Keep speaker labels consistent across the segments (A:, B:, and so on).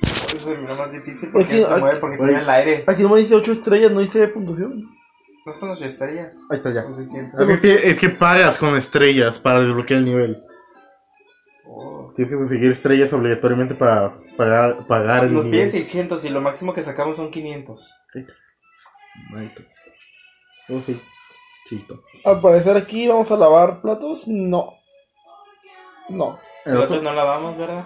A: Por eso se vino más difícil porque él se mueve porque
B: Oye.
A: está en el aire.
C: Aquí no me dice 8 estrellas, no dice puntuación.
A: No son las estrellas.
B: Ahí está ya.
A: No se siente.
B: Es que, tie- es que pagas con estrellas para desbloquear el nivel.
A: Oh.
B: Tienes que conseguir estrellas obligatoriamente para pagar, pagar el
A: Nos pide
B: nivel.
A: 600 y lo máximo que sacamos son 500.
B: Ahí está. Oh, sí. Chisto.
C: Al parecer aquí vamos a lavar platos. No. No.
B: El otro-
A: Nosotros no lavamos, ¿verdad?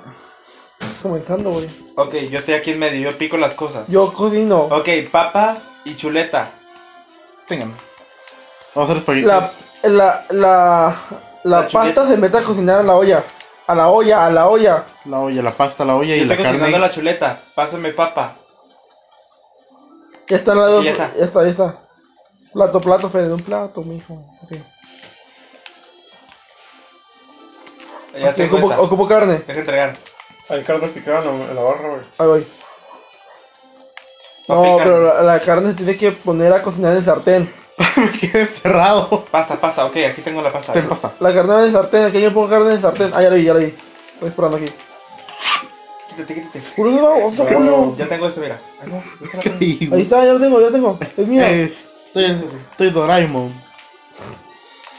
C: Comenzando, güey.
A: Ok, yo estoy aquí en medio, yo pico las cosas.
C: Yo cocino.
A: Ok, papa y chuleta. Tengan.
B: Vamos a hacer espaguetis.
C: La, la, la, la
A: La
C: pasta se mete a cocinar a la olla. A la olla, a la olla.
B: La olla, la pasta, la olla
A: Yo
B: y
A: estoy
B: la
A: cocinando
B: carne.
A: la chuleta. Pásame papa.
C: Ya están las dos.
A: Aquí
C: Ya
A: ya
C: está,
A: está.
C: ya está. Plato, plato, Fede, un plato, mijo. Ok.
A: Ya
C: Ok,
A: tengo
C: ocupo,
A: esta.
C: ocupo carne.
A: Deja entregar.
D: Hay carne picada en la, en la barra, güey.
C: Ahí voy.
A: Papi,
C: No,
A: carne.
C: pero la, la carne se tiene que poner a cocinar en el sartén.
B: Me quedé cerrado.
A: Pasta, pasta. Ok, aquí tengo la pasta.
B: Ten pasta.
C: La carne en el sartén, aquí yo pongo carne en el sartén. Ah, ya la vi, ya la vi. Estoy esperando aquí.
A: Quítate, quítate.
C: Julio, vamos,
D: Claro.
C: Julio.
A: Ya tengo esta, mira. Ay, no, no se la pongo.
B: Sí,
C: Ahí
B: güey.
C: está, ya lo tengo, ya lo tengo. Es mía.
B: Eh, estoy, estoy Doraemon.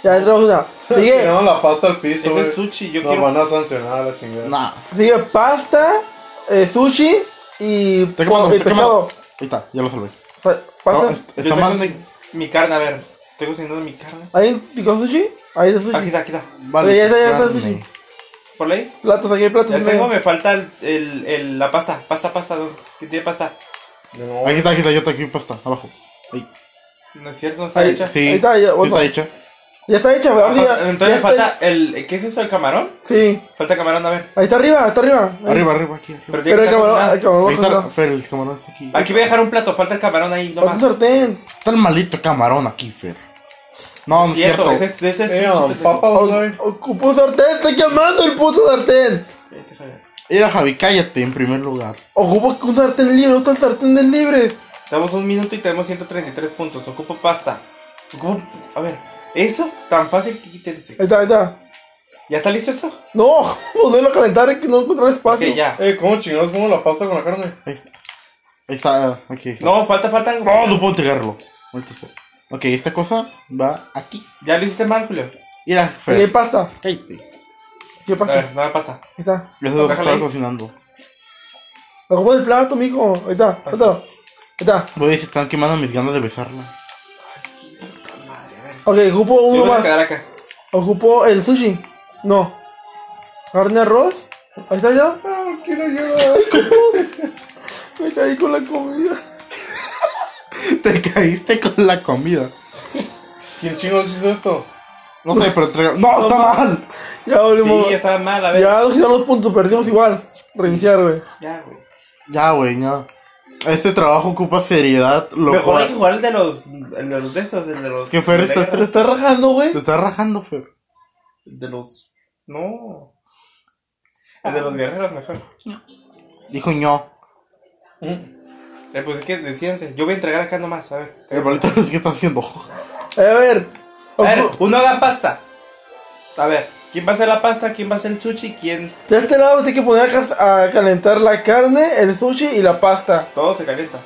C: Ya entramos una. Sigue,
D: Tiraron la pasta al
A: Es
D: piso, güey.
B: eh?
A: el sushi, yo
D: Nos
A: quiero.
D: van a sancionar a la chingada.
B: Nah.
C: sigue pasta, eh, sushi y,
B: Está quemando,
C: y
B: está quemando.
C: pescado.
B: Ahí está, ya lo salvé.
C: Pa-
B: No,
C: Pasta.
A: Yo
B: es- está
A: estoy
B: mal.
A: cocinando Mi carne, a ver. Estoy cocinando mi carne.
C: ¿Alguien picó sushi? Ahí está
A: Aquí
C: sushi.
A: está, aquí está.
B: Vale,
C: Oye, ya está, ya está,
B: carne.
C: sushi.
A: ¿Por ahí?
C: Platos, aquí hay platos.
A: Ya
C: en
A: tengo,
C: medio.
A: me falta el, el, el- la pasta. Pasta, pasta. ¿no? ¿Qué tiene pasta?
D: Yo no.
B: Aquí está, aquí está, yo te aquí pasta, abajo. Ahí.
A: No es cierto, no está
C: Ahí.
A: hecha.
B: Sí,
C: Ahí está, ya,
B: sí
C: bueno.
B: está hecho.
C: Ya está hecha, ¿verdad?
A: Ajá,
C: Ya- ya
A: Entonces
C: está
A: falta
C: hecha.
A: el. ¿Qué es eso? ¿El camarón?
C: Sí,
A: Falta camarón, a ver.
C: ahí está arriba, está arriba. Ahí.
B: Arriba, arriba, aquí. arriba.
A: Pero tiene
C: Pero el
A: que estar
C: camarón,
A: cocinado.
C: el camarón va
B: Ahí
C: a
B: está,
C: cocinar.
B: Fer, el camarón está aquí.
A: Aquí voy a dejar un plato, falta el camarón ahí
C: Falta
A: nomás.
C: un sartén.
B: Está el maldito camarón aquí, Fer. No, no es
A: Cierto,
B: cierto.
A: ese es- ese es
D: Eh,
A: sushi, pues,
D: papa,
C: O-
D: güey.
C: Ocupo sartén, está quemando el puto sartén.
A: eh, deja ver.
B: Era Javi, cállate en primer lugar.
C: Ocupo pues, un sartén libre, no está el sartén de libres.
A: Damos un minuto y tenemos 133 puntos. Ocupo pasta. Ocupo. A ver, eso tan fácil que quítense.
C: Ahí está, ahí está.
A: ¿Ya está listo esto?
C: No, ponerlo a calentar es que no encontrar espacio.
A: Ok, ya.
D: Eh, ¿cómo chingados pongo la pasta con la carne?
B: Ahí está. Ahí está, aquí. está.
A: No, falta, falta algo.
B: no, no puedo entregarlo. Ahorita está. Ok, esta cosa va aquí.
A: Ya lo hiciste mal, Julio.
B: Mira,
C: Aquí hay
B: Fer.
C: pasta.
B: Cállate.
C: ¿Qué
A: A
C: pasta?
A: ver, nada pasa.
C: Ahí está.
B: Yo sé lo que
A: Déjala
B: estaba
A: ahí.
B: cocinando.
C: Ocupo el plato, mijo. Ahí está, pásalo. Ahí está.
B: Voy a decir, están quemando mis ganas de besarla.
A: Madre, a ver.
C: Ok, ocupo
A: Me
C: uno
A: voy a
C: más.
A: quedar acá.
C: Ocupo el sushi. No. Carne arroz. Ahí está ya.
D: Ah, quiero llorar.
C: Me caí con la comida.
B: Te caíste con la comida.
D: ¿Quién chingados hizo esto?
B: No sé, pero entrega. ¡No, está mal!
C: Ya volvimos.
A: Sí, estaba mal, a ver.
C: ya nos quitaron los puntos, perdimos igual. Reiniciar, güey.
A: Ya, güey.
B: Ya, güey, no. Este trabajo ocupa seriedad, lo
A: Mejor hay que jugar
B: cual.
A: el de los. El de los de esos, el de los.
B: Que Fer,
A: de
B: estás-
C: Se
A: guerra.
C: está rajando, güey.
B: Te está rajando, Fer.
A: De los. No. El de los guerreros, mejor.
B: Dijo ño.
D: Mm.
A: Eh, pues es que decíanse. Yo voy a entregar acá nomás, a ver.
B: El palito es que está haciendo.
C: A ver.
A: A ver,
C: Ocu-
A: uno haga pasta. A ver, ¿quién va a hacer la pasta? ¿Quién va a hacer el sushi? ¿Quién?
C: De este lado tiene que poner a, cas- a calentar la carne, el sushi y la pasta.
A: Todo se calienta.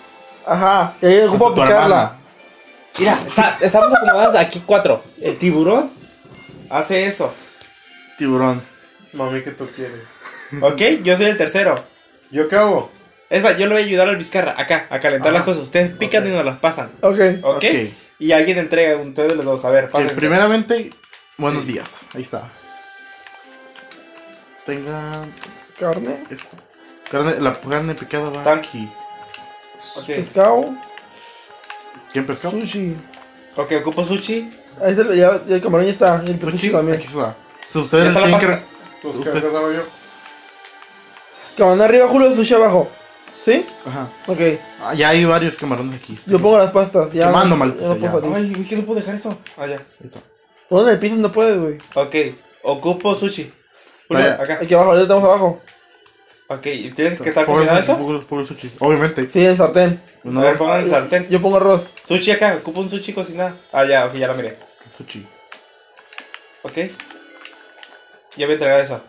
C: Ajá. Y ahí ocupo
B: Tu
C: picarla.
B: hermana.
A: Mira, está- estamos acomodados aquí cuatro. El tiburón hace eso.
B: Tiburón.
D: Mami, ¿qué tú quieres?
A: ¿Ok? Yo soy el tercero.
D: ¿Yo qué hago?
A: Es más, yo le voy a ayudar al Vizcarra acá, a calentar las cosas. Ustedes pican y nos las pasan.
C: Ok.
A: ¿Ok?
B: Ok.
A: Y alguien entrega un té de los dos. A ver,
B: Que
A: pásense.
B: primeramente, buenos días. Ahí está. Tengan
C: Carne,
B: esto. Carne, la carne picada va
A: Tan-
B: aquí.
A: Ok.
C: pescado,
B: ¿Quién pescado?
C: sushi.
A: Ok, ocupo sushi.
C: Ahí está, ya, ya el camarón ya está. Y el
B: Pues
C: sushi
B: sí,
C: también.
B: Aquí está. Si ustedes
A: Ya está la
B: tienen que.
A: pasta.
D: Pues qué
B: Usted-
D: qué hago yo.
C: Camarón arriba, Julio, sushi abajo. ¿Sí?
B: Ajá.
C: Ok.
B: Ah, ya hay varios camarones aquí.
C: Yo pongo las pastas. Ya,
B: Quemando,
C: mal.
B: maldito
C: Ya no
B: sea,
C: puedo
B: ya.
C: salir.
A: Ay, güey, que no puedo dejar eso. Ah, ya.
B: Ahí está.
C: Ponlo en el piso, no puedes, güey.
A: Ok, ocupo sushi. Uno,
B: Vaya.
A: acá.
C: Aquí abajo, ya estamos abajo.
A: Ok, ¿y tienes que estar
B: Pobre
A: cocinando
B: sushi,
A: eso?
B: pobre- pobre sushi. Obviamente. Pues
C: Sí, el sartén.
A: A
B: No,
A: ver, pongan el sartén.
C: Yo pongo arroz.
A: Sushi acá, ocupo un sushi cocinado. Ah, ya, ok, ya la miré.
B: sushi.
A: Ok. Ya voy a entregar eso.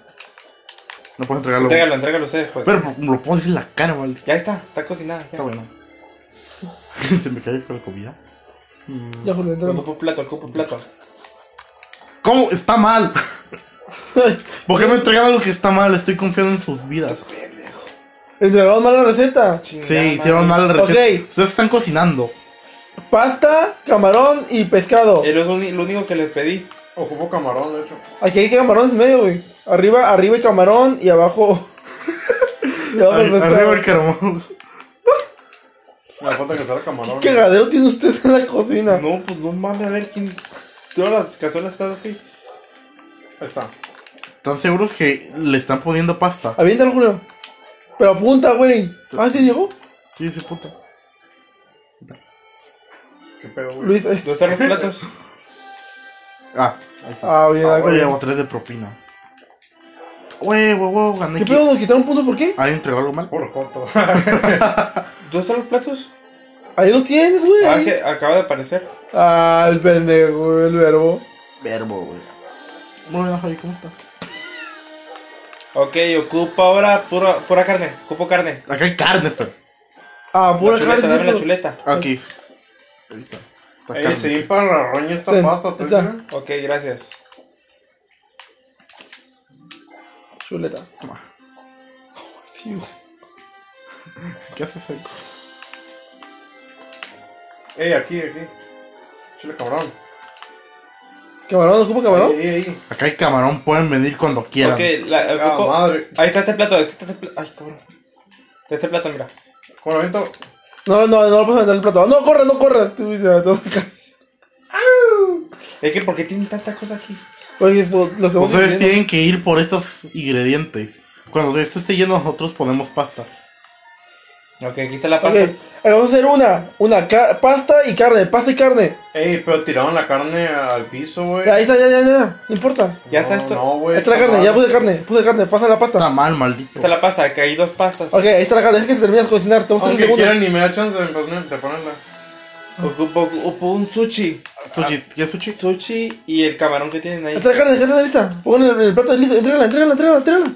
B: No puedo entregarlo. güey.
A: Entrégalo, entrégalo usted después.
B: Pero me lo puedo decir en la cara, maldito.
A: Ya está, está cocinada. Ya.
B: Está bueno. Se me cayó con la comida. Mm.
C: Ya, Julio, entra.
A: Ocupa un plato, ocupa un plato.
B: ¿Cómo? Está mal. ¿Por qué me entregan algo que está mal? Estoy confiando en sus vidas.
A: Pendejo.
C: Entregaron mala receta.
B: Sí, hicieron mal la receta.
C: Ok.
B: Ustedes están cocinando.
C: Pasta, camarón y pescado.
A: Es lo, uni- lo único que les pedí.
D: Ocupo camarón, de hecho.
C: Aquí hay camarones en medio, güey. Arriba, arriba el camarón y abajo. y abajo el
B: Ar-
C: pescado.
B: Arriba el caramón.
D: Me falta que salga camarón.
C: ¿Qué gadero tiene usted en la cocina?
A: No, pues no mames, a ver quién. Todas las cazuelas están así.
D: Ahí está.
B: ¿Están seguros que le están poniendo pasta?
C: Aviéntalo, Julio. Pero apunta, güey. Ah, sí, llegó.
B: Sí, ese puta.
D: ¿Qué pedo, güey?
C: Luis. eh.
A: ¿Dónde están los platos?
B: Ah, ahí está.
C: Ah, bien.
B: Ah,
C: ah,
B: oye, llevo tres de propina. Huevo, huevo, gané.
C: ¿Qué
B: aquí.
C: pedo? ¿Nos quitaron punto por qué?
B: ¿Alguien entregó algo mal?
D: Por joto.
A: ¿Dónde están los platos?
C: Ahí los tienes,
A: Ah,
C: güey.
A: que acaba de aparecer.
C: Ah, el pendejo, el verbo.
B: Verbo, güey. Bueno, Javi, ¿cómo estás?
A: Ok, ocupa ahora pura, pura carne. Ocupo carne.
B: Acá hay carne, Fer.
C: Ah, pura
A: la chuleta,
C: carne.
A: dame la
C: esto.
A: chuleta.
B: Aquí. Ahí está. Está
D: Ey,
B: carne.
D: se ir para la roña esta
C: Ten,
D: pasta, ¿tú
C: ahí está.
D: crees?
A: Ok, gracias.
C: Chuleta.
B: Toma.
C: Sí, güey.
B: ¿Qué haces ahí?
D: Ey, aquí, aquí. Chile camarón.
C: ¿Camarón? ¿Ocupa camarón?
D: Ey, ey, ey.
B: Acá hay camarón, pueden venir cuando quieran.
A: Ok, la,
D: Ah,
A: ocupo-
D: madre.
A: Ahí está este plato. Este, este pla- Ay, cabrón. Este plato, mira.
D: Con el viento.
C: No, no, no lo puedes meter el plato. Ah, No, corre, no corras. Tú, ya, todo acá.
A: Es que, ¿por qué tienen tanta cosa aquí?
C: Oye, eso, lo
A: Pues,
C: tengo que
B: Ustedes
C: meter.
B: tienen que ir por estos ingredientes. Cuando esto esté lleno, nosotros ponemos pasta.
A: Ok, aquí está la
C: Ok,
A: pasta.
C: eh, vamos a hacer una, una ca- pasta y carne, pasta y carne.
D: Ey, pero tiraron la carne al piso, güey.
C: Ahí está, ya, ya, ya, no importa.
A: Ya está
D: No,
A: esto.
D: No, güey.
C: Ahí está la carne, ya
D: camarón.
C: puse carne, puse carne, pasa la pasta.
B: Está mal, maldito.
A: Está la pasta. Aquí hay dos pastas.
C: Ok, ahí está la carne, deja que se termine de cocinar, tenemos tres
D: Aunque
C: segundos.
D: quieran ni me da chance de poner- de ponerla.
A: Ocupo, ocupo un sushi.
B: Sushi, ¿qué es sushi?
A: Sushi y el camarón que tienen ahí.
C: Ahí está la carne, déjala lista, pongan en el plato, listo, entrégala, entrégala, entrégala, entrégala.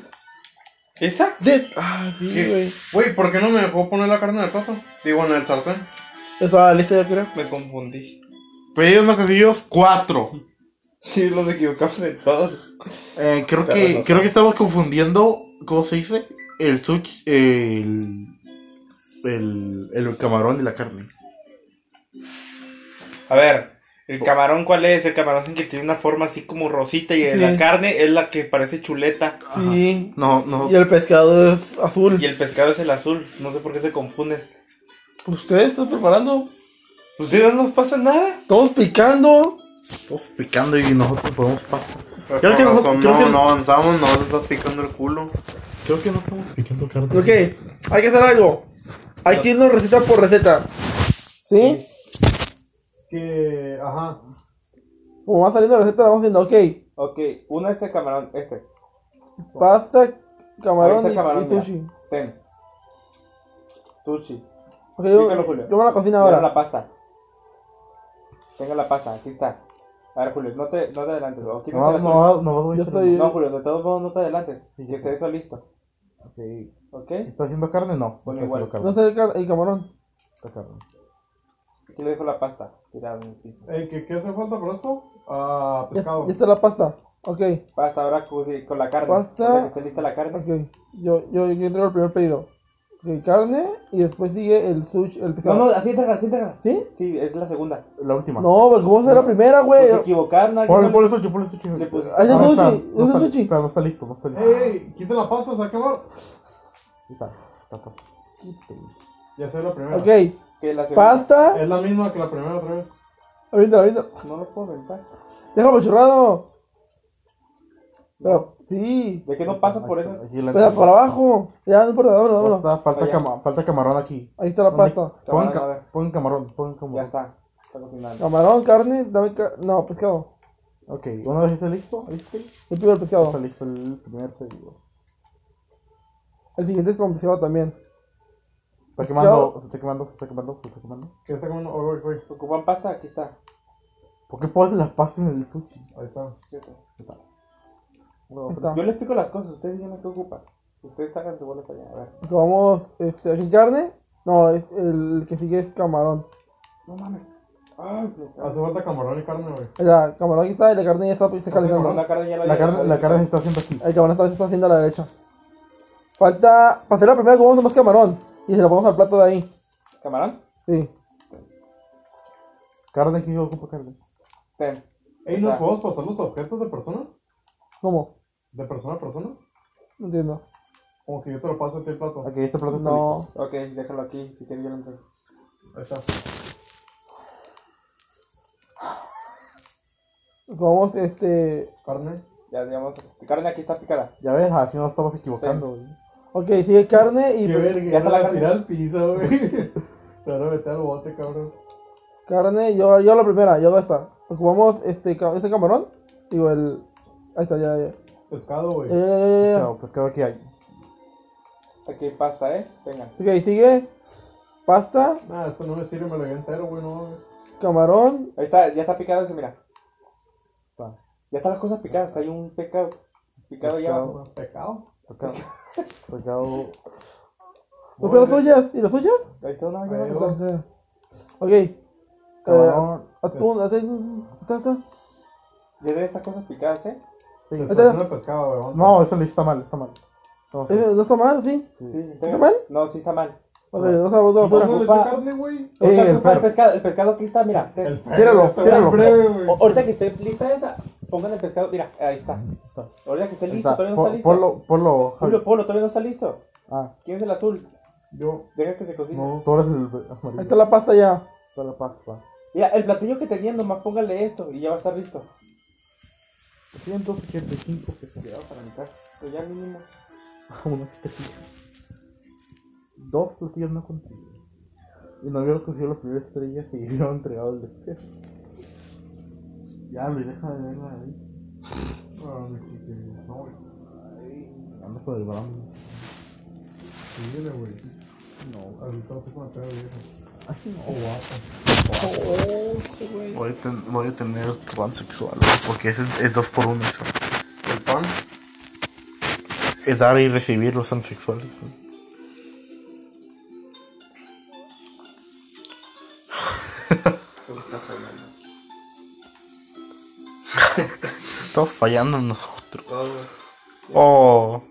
A: ¿Esta?
C: De... Ah, sí,
D: ¿Qué?
C: güey.
D: Güey, ¿por qué no me dejó poner la carne en el plato? Digo, en el sartén.
C: Ya Estaba lista, ya creo.
A: Me confundí.
B: Pedidos no conseguidos, cuatro.
A: Sí, los equivocamos en todos.
B: Eh, creo
A: Claro,
B: que
A: no.
B: creo que estamos confundiendo, ¿cómo se dice? El sushi, el, el, el camarón y la carne.
A: A ver, ¿el camarón cuál es? El camarón es el que tiene una forma así como rosita y
C: Sí.
A: la carne es la que parece chuleta.
C: Sí.
B: No, no.
C: Y el pescado es azul.
A: Y el pescado es el azul. No sé por qué se confunden.
C: ¿Ustedes están preparando?
A: ¿Ustedes no nos pasan nada?
C: Estamos picando.
B: Estamos picando y nosotros ponemos pasta.
D: Pero
B: Creo que
D: Pues con
B: no-
D: razón,
B: creo
D: no,
B: que-
D: no avanzamos, no se está picando el culo.
B: Creo que no estamos picando carne.
C: Ok, hay que hacer algo. Hay que irnos receta por receta. ¿Sí?
B: Que, ajá.
C: Como va saliendo la receta, vamos viendo, ok.
A: Ok, una es el camarón, este.
C: Pasta, camarón
A: Ahorita
C: y,
A: camarón,
C: y
A: mira.
C: sushi.
A: Ten. Sushi.
C: Ok, yo,
A: Pícalo, Julio.
C: yo voy a la cocina
A: Tenga
C: ahora.
A: la pasta. Tenga la pasta, aquí está. A ver, Julio, no te, no te adelantes. o quítate
B: No,
A: la
B: no, no,
C: Yo
B: no.
C: estoy-
A: No, Julio, de todos modos no te adelantes. Que se eso listo.
B: Ok.
A: ¿Ok?
B: ¿Está haciendo carne? No.
A: Bueno,
B: está
A: igual.
B: haciendo carne.
C: No sé el, ca- el camarón.
B: Está carne.
A: Aquí le dejo la pasta. Tirada en el piso.
D: Ey, ¿qué, hace falta por esto? Ah,
C: Ya, ya está la pasta. Ok,
A: Pasta ahora cu- con la carne.
C: Pasta.
A: Ahora que esté lista la carne.
C: ok. Yo, yo, yo entrego el primer pedido. Ok, carne y después sigue el sushi, el
A: No,
C: pescado.
A: no, así entra, así entra.
C: ¿Sí?
A: Sí, es la segunda.
B: La última.
C: No, pues ¿cómo será la primera, güey?
A: Pues se equivocaron, alguien
B: Ponle,
A: no-
B: ponle sushi, ponle sushi.
A: Le puse-
C: Ahí está
B: Ah,
C: sushi,
B: está,
C: ¿dónde está
B: está-
C: sushi?
B: está- No está listo, no está listo.
D: Ey, quita la pasta, se va a quemar.
B: Ahí está, está, está.
D: Ya sé la primera.
C: Ok,
A: que la segunda.
C: pasta.
D: Es la misma que la primera otra vez.
C: Aviéntala, aviéntala.
A: No lo puedo inventar.
C: Déjalo churrado. Pero, sí.
A: ¿De qué no pasa por
B: Ahí está,
A: eso?
B: aquí la-
C: Pero para abajo. Ya, no importa, dámelo,
B: Ahí
C: dámelo.
B: está, falta,
A: Allá.
B: cama- falta camarón aquí.
C: Ahí está la
B: Ponle-
C: pasta.
B: Pon,
A: Camarón,
B: ca-
A: a ver.
B: pon camarón, pon
A: Ya
B: camarón.
A: está. Está cocinando.
C: Camarón, carne, dame ca- No, pescado.
B: Ok, una vez esté listo, ¿viste?
C: Yo pido el
B: Está
C: pescado.
B: listo el primer pedido.
C: El siguiente es con pescado también.
B: Está quemando, se está quemando, se está quemando, se está quemando.
D: ¿Qué está comiendo? Oh, güey, güey.
A: ¿Ocupan pasta? Aquí está.
B: ¿Por qué pones las pastas en el sushi?
D: Ahí está.
A: Yo
C: Ahí está.
A: les explico las cosas, ustedes díganme qué ocupan. Ustedes hagan su bola para allá, a ver.
C: Vamos, este, aquí carne. No, es- el que sigue es camarón.
A: No mames. Ay, no.
D: Hace falta camarón y carne, güey.
C: La camarón aquí está y la carne ya está, pues, está calentando.
A: La carne ya la
B: La
A: había
B: carne, la
A: dejado.
B: carne está siempre aquí.
C: El camarón esta vez está haciendo a la derecha. Falta. Para hacer la primera comemos más camarón. Y se lo ponemos al plato de ahí.
A: ¿Camarón?
C: Sí.
B: Carne, ¿quién ocupa carne?
A: Ten.
D: Ey, ¿nos podemos pasar los objetos de persona?
C: ¿Cómo?
D: ¿De persona a persona?
C: No entiendo.
D: Como que yo te lo paso a ti el plato.
B: Ok, este plato está listo.
C: No.
A: Ok, déjalo aquí, si quieres yo lo entrego.
D: Ahí está.
C: Comemos este.
D: Carne.
A: Ya, digamos, la carne aquí está picada.
B: Ya ves, así nos estamos equivocando, güey.
C: Ok, sigue carne y. pues,
D: Qué verga,
A: ya
D: ya
A: está
D: te
A: la
D: la
A: carne.
D: tiré al piso, güey. Te van a meter al bote, cabrón.
C: Carne, yo, yo la primera, yo esta. Ocupamos este, ca- este camarón. Digo, el. Ahí está, ya, ya.
D: Pescado,
C: Eh,
D: güey.
C: ya, ya, ya.
B: Pero pues creo que hay.
A: Aquí hay pasta, eh. Venga.
C: Ok, sigue. Pasta,
D: Nah, esto no me sirve, me lo llevo entero, güey, no, güey.
C: camarón.
A: Ahí está, ya está picada, mira.
B: Está.
A: Ya están las cosas picadas, hay un pecado picado ya
B: Pescado.
A: abajo.
D: Pecado.
B: Tocado. Tocado.
C: ¿Usted las suyas? ¿Y las suyas?
A: Ahí está una
D: Ahí
A: ya
D: va.
C: Ok. eh,
B: Camarón.
C: atún, atún. Está, está.
A: Ya de estas cosas picadas, eh.
B: Sí.
D: Te está haciendo pescado, güey. vamos.
B: No, eso le está mal, está mal. No,
C: Ese ¿No está mal? Sí.
A: Sí,
C: ¿Está mal?
A: No, sí está mal.
C: Ok, no está botar
D: ¿Cómo
C: afuera.
D: le eché
A: Ocupa-
D: carne, güey?
B: Sí,
A: Ahorita
B: el
A: ocupa el
B: perro.
A: pescado, el pescado aquí está, mira. ten.
D: El perro
B: Tíralo,
D: está
B: tíralo.
D: bien breve, güey.
A: O- ahorita que esté lista esa, pongan el pescado, mira, ahí está.
B: está.
A: Ahorita que esté listo,
B: Está.
A: todavía no está
B: Pon-
A: listo.
B: Ponlo, ponlo,
A: Julio
B: Javi.
A: Polo, todavía no está listo.
B: Ah,
A: ¿Quién es el azul?
D: Yo,
A: Deja que se cocine.
B: no, tú eres el
C: Ahí
B: amarillo.
C: está la pasta ya.
B: Está la pasta.
A: Mira, el platillo que tenían, nomás póngale esto y ya va a estar listo.
B: 185 pesos.
A: Ya para mi casa. Pero Pues ya mínimo.
B: Uno que te pica. Dos platillos no contigo. Y no hubiera cogido la primera estrella si hubiera entregado el deseo. Ya, Luis, deja de verla ahí.
D: Ah, me quité. No, güey.
B: Anda con el brownie.
D: Síguele, güey. No, ahorita te voy a matar, viejo.
B: Ah,
D: O guapo.
B: Voy a, ten- voy a tener transexual, porque ese es, es dos por uno eso.
D: ¿El pan?
B: Es dar y recibir los transexuales. güey. Estamos fallando nosotros. Oh,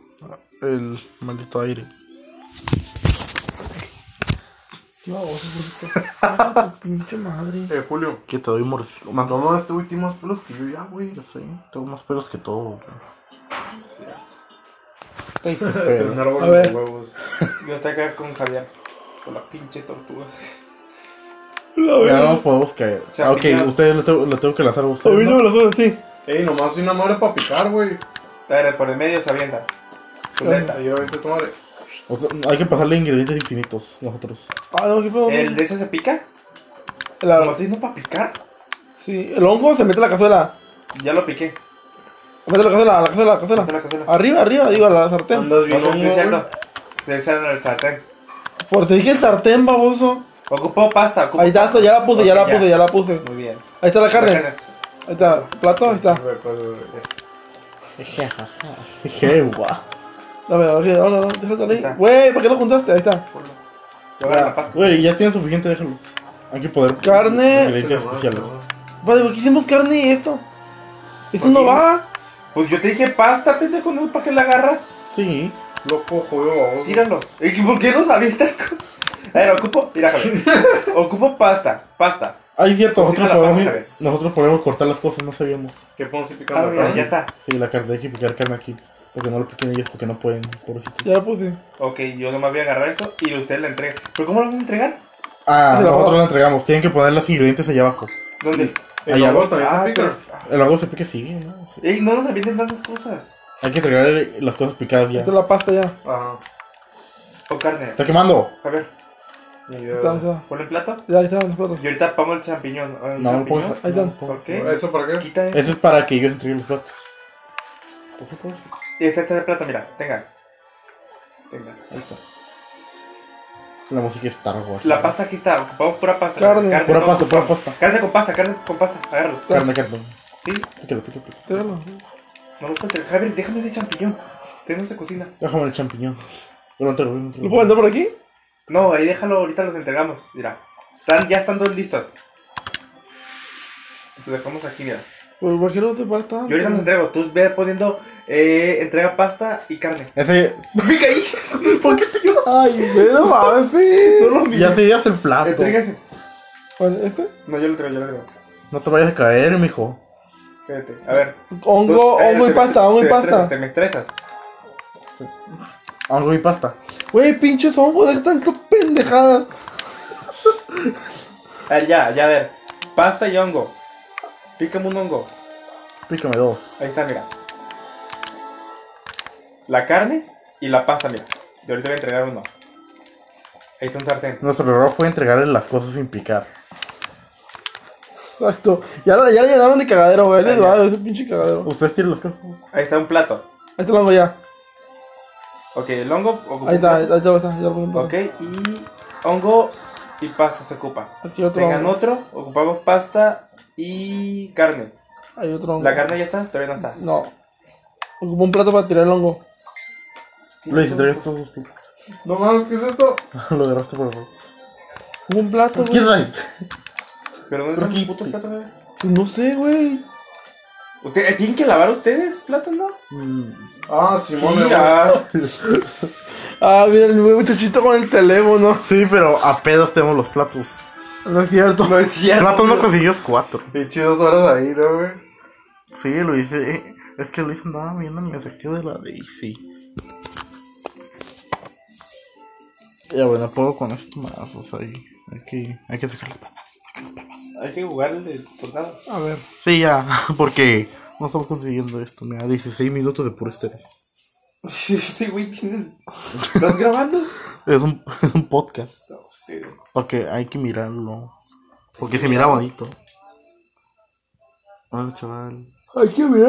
B: el maldito aire.
C: Pinche madre.
D: Eh, Julio.
B: Que te doy morcillo. Más,
D: No, no, este güey tiene más pelos que yo ya, güey.
B: yo sé, tengo más pelos que todo. güey.
D: Pero un Este árbol
C: A
D: de
C: ver.
D: huevos.
A: Yo estoy acá con Javier. Con la pinche tortuga.
B: Ya no nos podemos caer.
A: Se
B: Ah, ok,
A: aplica-
B: ustedes lo tengo, lo tengo que lanzar a ustedes. ¿no?
C: las dos, sí.
D: Ey, nomás soy una madre para picar, güey.
A: A ver, por el medio se avienta. Pues Chuleta.
D: Ayer aventé esta madre.
B: O sea, hay que pasarle ingredientes infinitos nosotros.
C: Ah, no, qué feo.
A: ¿El de ese se pica?
C: La-
A: ¿Lo haciendo para picar?
C: sí, el hongo se mete a la cazuela.
A: Ya lo piqué.
C: Se mete a la cazuela, a la cazuela, a la
A: Está
C: cazuela.
A: la cazuela.
C: Arriba, arriba, digo, a la sartén.
D: Andas
A: No,
D: bien,
A: no, no es
D: hongo,
A: cierto. De ese era el sartén.
C: Porque te dije sartén, baboso.
A: Ocupó pasta. Ocupó
C: Ahí está, esto, ya la puse,
A: Ok,
C: ya la puse, ya la puse.
A: Muy bien.
C: Ahí está la carne. Ahí está, plato, ahí está.
D: güey.
B: Qué guau.
C: No, no, no, no, no, déjalo
A: Ahí está.
C: ahí. Güey, ¿para qué lo juntaste? Ahí está.
A: Yo agarro la pasta.
B: Güey, ya tienen suficiente, déjalos. Hay que poder.
C: Carne.
B: Ingredientes
D: Se la
B: especiales.
D: madre,
C: Vale, ¿por qué hicimos carne y esto? Esto no
A: Porque-
C: va.
A: Pues yo te dije pasta, pendejo, ¿no? ¿Para qué la agarras?
B: Sí.
D: Loco, juego,
A: Tíralo. ¿Y por qué nos avienta? A ver, ocupo. Mira, Javier. ocupo pasta. Pasta.
B: Ah, es cierto,
A: Cocina
B: nosotros
A: la
B: podemos,
A: pasta, güey.
B: nosotros podemos cortar las cosas, no sabíamos.
D: ¿Qué podemos ir picando?
A: Ah, mira,
D: carne?
A: ya está.
B: Sí, la carne, hay que picar carne aquí. Porque no lo piquen ellos, porque no pueden, pobrecitos.
C: Ya la puse.
A: Ok, yo nomás voy a agarrar esto y ustedes la entregan. ¿Pero cómo lo van a entregar?
B: Ah,
C: Se la
B: nosotros
C: va.
B: la entregamos. Tienen que poner los ingredientes allá abajo.
A: ¿Dónde?
D: El
B: Allá.
D: árbol también se pica.
A: pues, ah.
B: El agua se pique, sí. ¿no?
A: Ey, no nos avienten tantas cosas.
B: Hay que entregar las cosas picadas ya.
C: Esta es la pasta ya.
D: Ajá.
A: O carne.
B: ¡Está quemando!
A: Javier,
D: Ni
C: Ahí está, ahí
D: idea.
C: está.
A: pon el plato.
C: Ya, ahí están los platos.
A: Y ahorita pongo el champiñón. ¿El
B: No, no puedes.
A: champiñón?
C: Ahí están.
B: no,
A: ¿Por
B: no.
A: qué?
D: ¿Eso para qué?
A: Quita
B: Eso
A: eso.
B: es para que ellos entreguen los datos. ¿Por qué puedes?
A: Y este, este de plato, mira, tenga. Tenga.
B: Ahí está. La música es Star Wars.
A: La pasta aquí está, ocupamos pura pasta.
C: Carne.
B: Pura
A: no,
B: pasta, pura
A: ocupamos.
B: pasta.
A: Carne con pasta, carne con pasta, agárralo.
B: Carne, carne.
A: Sí,
B: Pícalo, pícalo, pícalo.
C: Tíralo.
A: no lo puedo entregar. Javier, déjame ese champiñón. Que no se cocina.
B: Déjame el champiñón. No te lo voy
C: ¿Lo puedo vender por aquí?
A: No, ahí déjalo, ahorita los entregamos. Mira, están, ya están todos listos. Los dejamos aquí, mira.
C: Pues ¿por qué no hace falta?
A: Yo ahorita los entrego. Tú ve poniendo eh, entrega pasta y carne.
B: Ese.
A: Me caí. ¿Por qué te
C: Ay, güey, no mames, sí.
A: No lo
B: Ya te digas el plato.
A: Entrégase.
C: Bueno, ¿Este?
A: No, yo lo traigo, yo lo traigo.
B: No te vayas a caer, mijo.
A: Cállate. A ver.
C: Hongo,
A: Tú- eh,
C: hongo y
A: te-
C: pasta, hongo
A: te
C: y
A: estresas,
C: pasta.
A: Te me estresas.
B: Algo y pasta.
C: Güey, pinches hongos, de tanto pendejada.
A: A ver, ya, ya, a ver. Pasta y hongo. Pícame un hongo.
B: Pícame dos.
A: Ahí está, mira. La carne y la pasta, mira. Y ahorita voy a entregar uno. Ahí está un sartén.
B: Nuestro error fue entregarle las cosas sin picar.
C: Exacto. Ya la, ya la llenaron de cagadero, güey. Ahí les
A: Ah,
C: va, ese pinche cagadero.
B: Ustedes tienen las cosas.
A: Ahí está un plato.
C: Ahí te lo hago ya.
A: Ok, el hongo ocupa
C: Ahí
A: un
C: está, ahí
A: plato.
C: está, ya está. Ya lo pongo.
A: Ok, y hongo y pasta se ocupa.
C: Aquí otro.
A: Tengan
C: hongo.
A: otro, ocupamos pasta y carne.
C: Hay otro hongo.
A: ¿La carne ya está? Todavía no está.
C: No. Ocupo un plato para tirar el hongo.
B: Luis, entrega estos dos tú.
D: No mames, ¿qué es esto?
B: Lo agarraste por favor.
C: Ocupo un plato,
B: ¿Quién
C: güey.
B: sabe?
A: Pero no
B: ¿Pero
A: es
B: qué-
A: un puto plato, bebé.
C: No sé, güey.
A: ¿Usted- eh, ¿Tienen que lavar ustedes platos, no?
B: Mm.
D: Ah, Simón,
A: Sí,
D: me gusta.
A: ah,
C: Ah, mira el nuevo muchachito con el teléfono.
B: Sí, pero a pedos tenemos los platos.
C: No es cierto.
D: No es
B: El
D: cierto.
B: plato no
D: güey.
B: consiguió cuatro.
D: Pinche dos horas ahí, ¿no, güey?
B: Sí, lo hice. eh, Es que Luis andaba viendo el mensaje de la Daisy. Ya bueno, puedo con esto más, o sea, hay hay que, hay que sacar las papas.
A: Hay que jugarle el soldado.
C: A ver.
B: Sí, ya, porque no estamos consiguiendo esto, mira, 16 minutos de puro estrés.
A: Este güey tiene. ¿Estás grabando?
B: Es un, es un podcast,
A: No, usted.
B: porque hay que mirarlo, porque se mira bonito. Bueno, chaval.
C: Hay que ver.